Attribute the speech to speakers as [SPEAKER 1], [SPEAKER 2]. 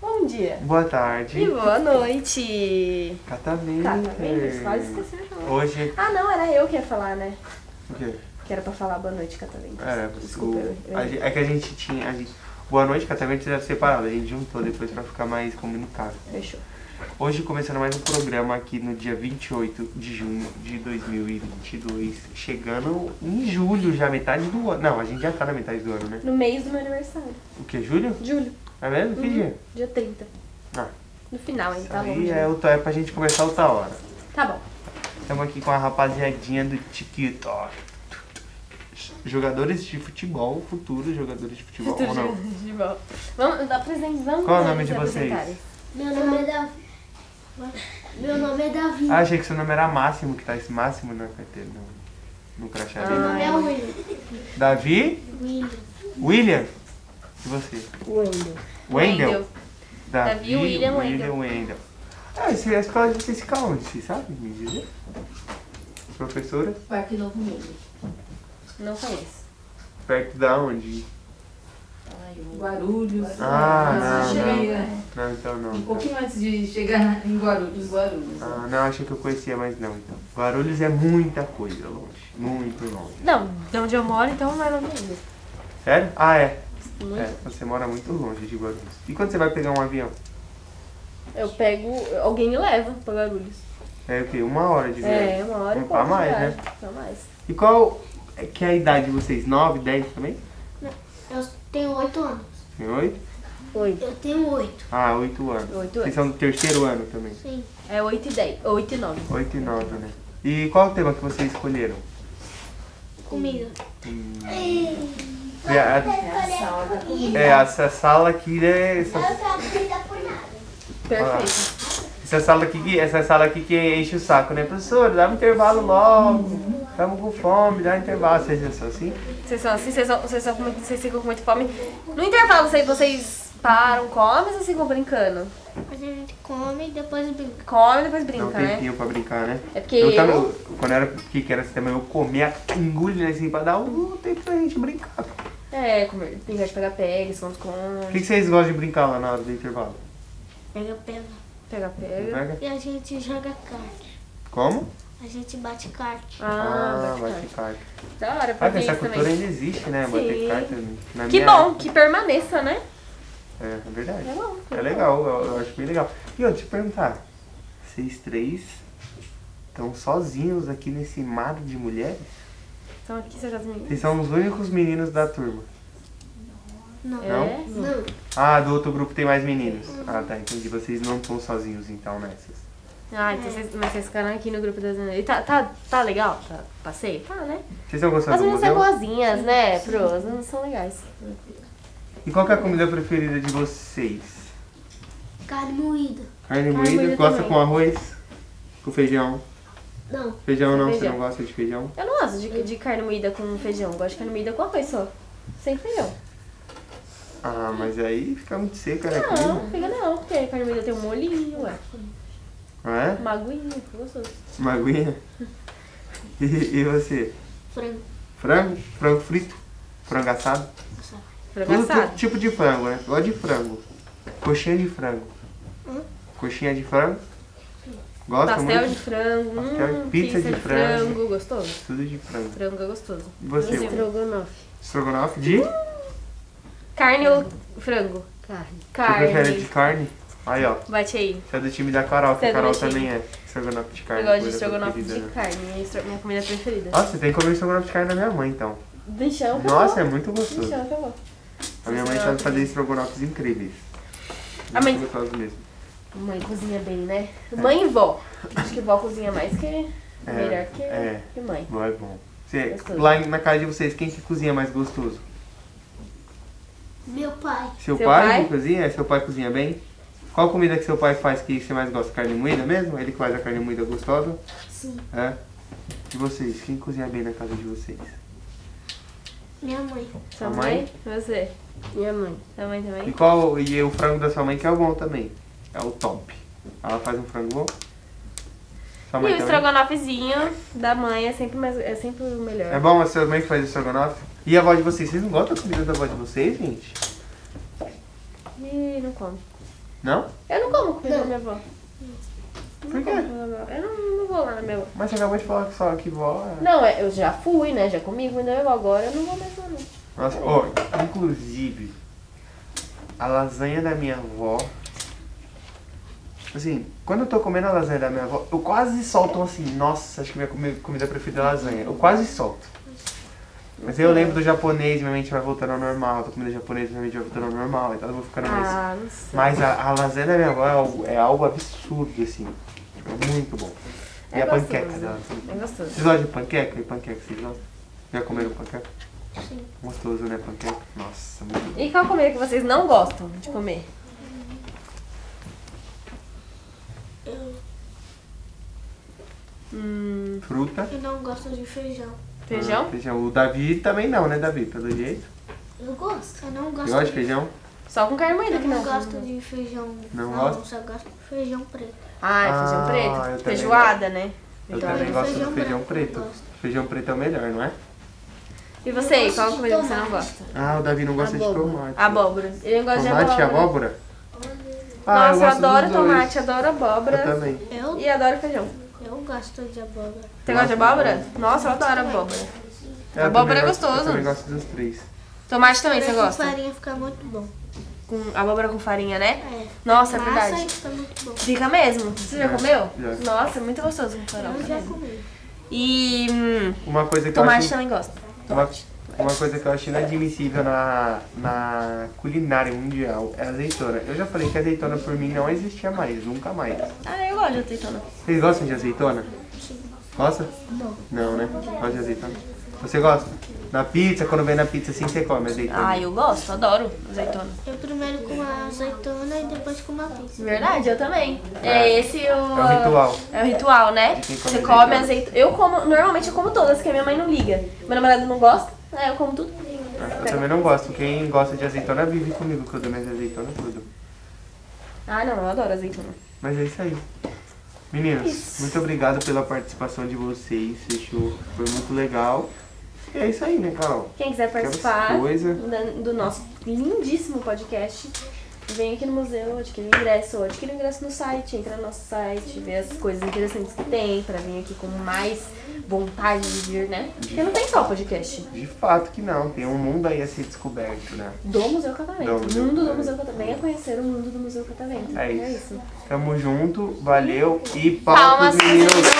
[SPEAKER 1] Bom dia.
[SPEAKER 2] Boa
[SPEAKER 1] E
[SPEAKER 2] tarde.
[SPEAKER 1] boa noite.
[SPEAKER 2] Catavento.
[SPEAKER 1] Tá, tá vendo? Quase esqueceram.
[SPEAKER 2] Hoje.
[SPEAKER 1] Ah, não, era eu que ia falar, né?
[SPEAKER 2] O quê?
[SPEAKER 1] Que era pra falar boa noite, Catavento.
[SPEAKER 2] É,
[SPEAKER 1] Desculpa,
[SPEAKER 2] o-
[SPEAKER 1] eu, eu-
[SPEAKER 2] a gente- é que a gente tinha. A gente, boa noite, Catavento era separado. A gente juntou depois pra ficar mais comunicável.
[SPEAKER 1] Fechou.
[SPEAKER 2] Hoje começando mais um programa aqui no dia 28 de junho de 2022. Chegando em julho, já metade do ano. Não, a gente já tá na metade do ano, né?
[SPEAKER 1] No mês do meu aniversário.
[SPEAKER 2] O que? Julho?
[SPEAKER 1] Julho.
[SPEAKER 2] É mesmo? Que
[SPEAKER 1] Uhum.
[SPEAKER 2] dia?
[SPEAKER 1] Dia 30.
[SPEAKER 2] Ah,
[SPEAKER 1] No final, hein?
[SPEAKER 2] isso
[SPEAKER 1] Tá
[SPEAKER 2] aí
[SPEAKER 1] longe.
[SPEAKER 2] é, outra, é pra gente começar outra hora.
[SPEAKER 1] Tá bom.
[SPEAKER 2] Estamos aqui com a rapaziadinha do TikTok. Jogadores de futebol, futuros jogadores de futebol
[SPEAKER 1] Tudo
[SPEAKER 2] ou não?
[SPEAKER 1] de bom. Vamos, apresenta- vamos
[SPEAKER 2] Qual é o nome
[SPEAKER 1] nos
[SPEAKER 2] de vocês?
[SPEAKER 1] apresentarem.
[SPEAKER 3] Meu nome é Davi. Meu nome é Davi.
[SPEAKER 2] Ah, achei que seu nome era Máximo, que tá esse Máximo na carteira, no, no crachá
[SPEAKER 3] Meu
[SPEAKER 2] dele.
[SPEAKER 3] nome é William.
[SPEAKER 1] Ah.
[SPEAKER 2] Davi,
[SPEAKER 3] William.
[SPEAKER 2] William, e você? Wendel. Wendel.
[SPEAKER 1] Davi, William, Wendel.
[SPEAKER 2] Wendel. Ah, esse, a escola de vocês fica onde, vocês sabem me dizer? Professora?
[SPEAKER 3] Parque Novo Mundo.
[SPEAKER 1] Não conheço.
[SPEAKER 2] Perto da onde?
[SPEAKER 4] Guarulhos.
[SPEAKER 2] Ah,
[SPEAKER 4] Antes de
[SPEAKER 2] não,
[SPEAKER 4] chegar-
[SPEAKER 2] Não, então não.
[SPEAKER 4] Um
[SPEAKER 2] então.
[SPEAKER 4] pouquinho antes de chegar em Guarulhos. Guarulhos.
[SPEAKER 2] Ah, não, achei que eu conhecia, mas não, então. Guarulhos é muita coisa longe. Muito longe.
[SPEAKER 1] Não, de onde eu moro, então não é longe ainda.
[SPEAKER 2] Sério? Ah, é.
[SPEAKER 1] Muito.
[SPEAKER 2] É, você mora muito longe de Guarulhos. E quando você vai pegar um avião?
[SPEAKER 1] Eu pego. Alguém me leva pra Guarulhos.
[SPEAKER 2] É o quê? Uma hora de viagem.
[SPEAKER 1] É, uma hora
[SPEAKER 2] Não
[SPEAKER 1] e
[SPEAKER 2] tá
[SPEAKER 1] pouco.
[SPEAKER 2] mais,
[SPEAKER 1] viagem.
[SPEAKER 2] né?
[SPEAKER 1] Pra mais.
[SPEAKER 2] E qual é que é a idade de vocês? 9, 10 também?
[SPEAKER 3] Eu tenho oito anos.
[SPEAKER 2] Tem 8?
[SPEAKER 1] Oito.
[SPEAKER 3] Eu tenho oito.
[SPEAKER 2] Ah, 8 anos.
[SPEAKER 1] Oito
[SPEAKER 2] Vocês
[SPEAKER 1] anos.
[SPEAKER 2] são do terceiro ano também.
[SPEAKER 3] Sim.
[SPEAKER 1] É oito e dez. Oito e nove.
[SPEAKER 2] 8 e 9, né? E qual o tema que vocês escolheram?
[SPEAKER 3] Comida.
[SPEAKER 2] É a, é essa sala aqui, né? Essa,
[SPEAKER 1] Perfeito.
[SPEAKER 2] essa sala aqui, que- essa sala aqui que enche o saco, né? Professor, dá um intervalo logo. Estamos com fome, dá um intervalo. Vocês são assim?
[SPEAKER 1] Vocês são assim, vocês, são, vocês, são com muito- vocês ficam com muito fome. No intervalo, vocês, vocês param, comem ou vocês ficam brincando?
[SPEAKER 3] A gente come e depois brinca.
[SPEAKER 1] Come e depois
[SPEAKER 2] Dá um
[SPEAKER 1] brinca, né?
[SPEAKER 2] tempinho pra brincar, né?
[SPEAKER 1] É porque
[SPEAKER 2] Eu também,
[SPEAKER 1] eu-
[SPEAKER 2] quando eu era pequeno, era assim também, eu comia, engolha assim pra dar um tempo pra gente brincar. O
[SPEAKER 1] É, comer, brincar de pegar-pega, esconde-esconde,
[SPEAKER 2] que, que vocês gostam de brincar lá na hora do intervalo?
[SPEAKER 3] Pega, pega.
[SPEAKER 1] pega-pega.
[SPEAKER 2] Pega?
[SPEAKER 3] E a gente joga card.
[SPEAKER 2] Como?
[SPEAKER 3] A gente bate card.
[SPEAKER 1] Ah, bate
[SPEAKER 2] bate carta.
[SPEAKER 1] carta. Da hora,
[SPEAKER 2] Ah,
[SPEAKER 1] fazer
[SPEAKER 2] essa
[SPEAKER 1] isso
[SPEAKER 2] cultura
[SPEAKER 1] também.
[SPEAKER 2] ainda existe, né?
[SPEAKER 1] Sim.
[SPEAKER 2] Bater carta. Na
[SPEAKER 1] Que
[SPEAKER 2] minha
[SPEAKER 1] bom,
[SPEAKER 2] época.
[SPEAKER 1] que permaneça, né?
[SPEAKER 2] É, é verdade.
[SPEAKER 1] É bom.
[SPEAKER 2] É legal, eu, eu acho bem legal. E eu te perguntar, vocês três estão sozinhos aqui nesse mar de mulheres?
[SPEAKER 1] Então aqui, seus meninas.
[SPEAKER 2] Vocês são os únicos meninos da turma.
[SPEAKER 3] Não.
[SPEAKER 2] Não?
[SPEAKER 1] É.
[SPEAKER 3] Não.
[SPEAKER 2] Ah, do outro grupo tem mais meninos. Ah, tá, entendi. Vocês não estão sozinhos então nessas.
[SPEAKER 1] Ah, então vocês, mas vocês ficaram aqui no grupo das meninas. E tá, tá, tá legal? Tá, passeio? Tá, né?
[SPEAKER 2] Vocês estão gostando
[SPEAKER 1] As
[SPEAKER 2] do
[SPEAKER 1] meninas são
[SPEAKER 2] museu?
[SPEAKER 1] boazinhas,
[SPEAKER 5] É.
[SPEAKER 1] né? Pro, as meninas são legais.
[SPEAKER 4] é
[SPEAKER 2] E qual que é a comida preferida de vocês?
[SPEAKER 3] Carne moída.
[SPEAKER 2] Carne moída,
[SPEAKER 1] moída
[SPEAKER 2] gosta
[SPEAKER 1] também.
[SPEAKER 2] com arroz? Com feijão?
[SPEAKER 3] Não.
[SPEAKER 2] Feijão não, você
[SPEAKER 1] Feijão.
[SPEAKER 2] não gosta de feijão?
[SPEAKER 1] Eu não gosto de, de carne moída com feijão. Eu gosto de carne moída com arroz só. Sem feijão.
[SPEAKER 2] Ah, mas aí fica muito seca, né? a
[SPEAKER 1] Não,
[SPEAKER 2] comida?
[SPEAKER 1] não fica não, porque a carne moída tem um molhinho, ué.
[SPEAKER 2] Não é?
[SPEAKER 1] Uma aguinha, fica gostoso.
[SPEAKER 2] Uma aguinha? E, e você?
[SPEAKER 3] Frango.
[SPEAKER 2] Frango? Frango frito? Frango assado?
[SPEAKER 1] Frango
[SPEAKER 2] Todo
[SPEAKER 1] assado.
[SPEAKER 2] tipo de frango, né? Gosto de frango. Coxinha de frango.
[SPEAKER 3] Hum?
[SPEAKER 2] Coxinha de frango? Gosta
[SPEAKER 1] Pastel
[SPEAKER 2] muito?
[SPEAKER 1] de frango.
[SPEAKER 2] Pastel-
[SPEAKER 1] hum,
[SPEAKER 2] pizza de frango.
[SPEAKER 1] Gostoso.
[SPEAKER 2] Tudo de frango.
[SPEAKER 1] Frango é gostoso.
[SPEAKER 2] E você? Bruno?
[SPEAKER 5] Estrogonofe,
[SPEAKER 2] Estrogonofe de?
[SPEAKER 1] Carne ou frango?
[SPEAKER 5] carne.
[SPEAKER 2] Você prefere
[SPEAKER 1] Carne.
[SPEAKER 2] de carne? Aí, ó.
[SPEAKER 1] Bate aí.
[SPEAKER 2] Você é do time da Carol, que
[SPEAKER 1] Você é
[SPEAKER 2] a
[SPEAKER 1] do
[SPEAKER 2] Carol
[SPEAKER 1] meu time.
[SPEAKER 2] também é. Estrogonofe de carne.
[SPEAKER 1] Eu gosto de
[SPEAKER 2] coisa
[SPEAKER 1] estrogonofe de
[SPEAKER 2] preferida, né?
[SPEAKER 1] carne. Minha, estro- minha comida preferida.
[SPEAKER 2] Nossa, você tem que comer estrogonofe de carne da minha mãe, então.
[SPEAKER 1] Deixão, acabou.
[SPEAKER 2] Nossa,
[SPEAKER 5] tá
[SPEAKER 2] é muito gostoso.
[SPEAKER 1] Deixão, acabou.
[SPEAKER 2] A minha mãe sabe fazer estrogonofes incríveis.
[SPEAKER 1] Ah, mas-
[SPEAKER 2] Muito gostosos mesmo.
[SPEAKER 1] Mãe cozinha bem, né? Mãe e vó. Acho que vó cozinha mais que... melhor que,
[SPEAKER 2] É. é.
[SPEAKER 1] que mãe.
[SPEAKER 2] Bom, é bom. Você-
[SPEAKER 1] Gostoso.
[SPEAKER 2] lá na casa de vocês, quem que cozinha mais gostoso?
[SPEAKER 3] Meu pai.
[SPEAKER 2] Seu,
[SPEAKER 1] Seu
[SPEAKER 2] pai,
[SPEAKER 1] pai?
[SPEAKER 2] que cozinha? Seu pai cozinha bem? Qual comida que seu pai faz que você mais gosta? Carne moída mesmo? Ele que faz a carne moída gostosa?
[SPEAKER 3] Sim.
[SPEAKER 2] É? E vocês? Quem cozinha bem na casa de vocês?
[SPEAKER 3] Minha mãe.
[SPEAKER 1] Sua
[SPEAKER 2] A
[SPEAKER 1] mãe?
[SPEAKER 2] mãe?
[SPEAKER 1] Você.
[SPEAKER 5] Minha mãe,
[SPEAKER 1] Sua mãe também?
[SPEAKER 2] E qual e o frango da sua mãe que é o bom também? É o top. Ela faz um frango bom? Sua
[SPEAKER 1] E o
[SPEAKER 2] mãe também?
[SPEAKER 1] estrogonofezinho da mãe é sempre, mais, é sempre o melhor.
[SPEAKER 2] É bom a sua mãe que faz o estrogonofe? E a avó de vocês? Vocês não gostam da comida da avó de vocês, gente?
[SPEAKER 1] Ih, não come.
[SPEAKER 2] Não?
[SPEAKER 1] Eu não como comida da
[SPEAKER 3] Não.
[SPEAKER 1] minha avó.
[SPEAKER 2] Por
[SPEAKER 1] Não como
[SPEAKER 2] quê?
[SPEAKER 1] comida da minha avó. Eu não, não vou lá na minha avó.
[SPEAKER 2] Mas você acabou de falar que só que vó... é-
[SPEAKER 1] Não, é- eu já fui, né? Já comi comida da minha avó. Agora eu não vou mais lá,
[SPEAKER 2] É
[SPEAKER 1] não.
[SPEAKER 2] Nossa, ó, inclusive, a lasanha da minha avó. Assim, quando eu tô comendo a lasanha da minha avó, eu quase solto um assim, nossa, acho que minha comi- comida preferida é lasanha. Eu quase solto. Mas eu lembro do japonês, minha mente vai voltando ao normal, da comida japonesa, minha mente vai voltando ao normal, então eu vou ficando mais.
[SPEAKER 1] Ah, não sei.
[SPEAKER 2] Mas a, a lasanha da minha avó é algo, é algo absurdo, assim. Tipo, é muito bom. E
[SPEAKER 1] É
[SPEAKER 2] a panqueca
[SPEAKER 1] gostoso.
[SPEAKER 2] dela, assim.
[SPEAKER 1] É gostoso.
[SPEAKER 2] Vocês gostam de panqueca? E panqueca, vocês gostam? Já comeram panqueca? Sim. Gostoso, né, panqueca? Nossa, muito bom.
[SPEAKER 1] E qual comida que vocês não gostam de comer? Hum,
[SPEAKER 2] Fruta.
[SPEAKER 3] Eu não gosto de feijão.
[SPEAKER 1] feijão?
[SPEAKER 2] Ah, feijão. O Davi também não, né, Davi? Pelo jeito.
[SPEAKER 3] Eu gosto. Eu não gosto.
[SPEAKER 2] Gosta de feijão? é
[SPEAKER 1] Só com carne moída
[SPEAKER 3] Eu
[SPEAKER 1] que não.
[SPEAKER 3] não gosto de feijão.
[SPEAKER 2] Não gosta?
[SPEAKER 3] só gosto de feijão preto.
[SPEAKER 1] Ah, é feijão
[SPEAKER 2] Ah, eu
[SPEAKER 1] preto.
[SPEAKER 2] também
[SPEAKER 1] Feijoada, né?
[SPEAKER 2] Eu
[SPEAKER 1] Feijoada.
[SPEAKER 2] também
[SPEAKER 3] de
[SPEAKER 2] gosto do
[SPEAKER 3] feijão
[SPEAKER 2] feijão
[SPEAKER 3] branco,
[SPEAKER 2] preto.
[SPEAKER 3] eu gosto.
[SPEAKER 2] Feijão preto é o melhor, não é?
[SPEAKER 1] E você,
[SPEAKER 3] Eu
[SPEAKER 1] qual
[SPEAKER 3] gosto de
[SPEAKER 1] comida que você não
[SPEAKER 3] tomate.
[SPEAKER 1] gosta?
[SPEAKER 2] Ah, o Davi não gosta de tomate.
[SPEAKER 1] Abóbora. Ele não gosta
[SPEAKER 2] Tomate
[SPEAKER 1] de
[SPEAKER 2] e
[SPEAKER 1] abóbora.
[SPEAKER 2] abóbora? Ah,
[SPEAKER 1] Nossa, eu,
[SPEAKER 2] gosto dos
[SPEAKER 1] adoro
[SPEAKER 2] dois.
[SPEAKER 1] tomate, adoro abóbora.
[SPEAKER 2] Eu também.
[SPEAKER 3] Eu,
[SPEAKER 1] E adoro feijão.
[SPEAKER 3] eu gosto de abóbora.
[SPEAKER 1] Você
[SPEAKER 2] Nossa,
[SPEAKER 1] gosta de abóbora? Nossa, eu adoro abóbora.
[SPEAKER 2] Eu
[SPEAKER 1] Abóbora
[SPEAKER 2] também
[SPEAKER 1] é
[SPEAKER 2] gosto-
[SPEAKER 1] gostoso.
[SPEAKER 2] Eu também gosto dos três.
[SPEAKER 1] Tomate também
[SPEAKER 3] Parece
[SPEAKER 1] você
[SPEAKER 3] que
[SPEAKER 1] gosta?
[SPEAKER 3] farinha fica muito bom.
[SPEAKER 1] Com abóbora com farinha, né?
[SPEAKER 3] É.
[SPEAKER 1] Nossa, é
[SPEAKER 3] Massa
[SPEAKER 1] verdade.
[SPEAKER 3] fica muito bom.
[SPEAKER 1] Fica mesmo. Você já
[SPEAKER 2] Já,
[SPEAKER 1] comeu?
[SPEAKER 2] já.
[SPEAKER 1] Nossa, é muito gostoso com farofa.
[SPEAKER 3] Eu já
[SPEAKER 1] mesmo.
[SPEAKER 3] comi.
[SPEAKER 1] E hum,
[SPEAKER 2] Uma coisa que
[SPEAKER 1] tomate
[SPEAKER 2] eu acho...
[SPEAKER 1] também gosta.
[SPEAKER 2] Uma, uma coisa que eu acho inadmissível na, na culinária mundial é a azeitona. Eu já falei que a azeitona por mim não existia mais, nunca mais.
[SPEAKER 1] Ah, eu gosto de azeitona.
[SPEAKER 2] Vocês gostam de azeitona? Gosta? Não. Não, né? Gosta de azeitona? Você gosta? Na pizza, quando vem na pizza assim, você come azeitona.
[SPEAKER 1] Ah, eu gosto, adoro azeitona.
[SPEAKER 3] Eu primeiro com a azeitona e depois com uma pizza.
[SPEAKER 1] Verdade, eu também. É,
[SPEAKER 2] É.
[SPEAKER 1] esse o. É
[SPEAKER 2] o ritual.
[SPEAKER 1] É o ritual, né?
[SPEAKER 2] De quem come
[SPEAKER 1] Você come
[SPEAKER 2] azeitona.
[SPEAKER 1] azeitona. Eu como, normalmente eu como todas, porque a minha mãe não liga. Meu namorado não gosta, aí eu como tudo.
[SPEAKER 2] Eu também não gosto. Quem gosta de azeitona vive comigo, que eu dou minhas azeitonas tudo.
[SPEAKER 1] Ah, não, eu adoro azeitona.
[SPEAKER 2] Mas é isso aí. Meninos, muito obrigado pela participação de vocês. Fechou. Foi muito legal. E é isso aí, né, Carol?
[SPEAKER 1] Quem quiser
[SPEAKER 2] Aquela
[SPEAKER 1] participar
[SPEAKER 2] coisa.
[SPEAKER 1] da- do nosso lindíssimo podcast, vem aqui no museu, adquire o ingresso, ou adquire o ingresso no site, entra no nosso site, vê as coisas interessantes que tem, pra vir aqui com mais vontade de vir, né? Porque não tem só podcast.
[SPEAKER 2] De fato que não, tem um mundo aí a ser descoberto, né?
[SPEAKER 1] Do Museu Catavento.
[SPEAKER 2] Do Museu
[SPEAKER 1] mundo do
[SPEAKER 2] Catavento.
[SPEAKER 1] Museu Catavento. Venha conhecer o mundo do Museu Catavento.
[SPEAKER 2] É
[SPEAKER 1] É
[SPEAKER 2] isso.
[SPEAKER 1] isso.
[SPEAKER 2] Tamo junto, valeu e
[SPEAKER 1] Palmas
[SPEAKER 2] palmas, meninos!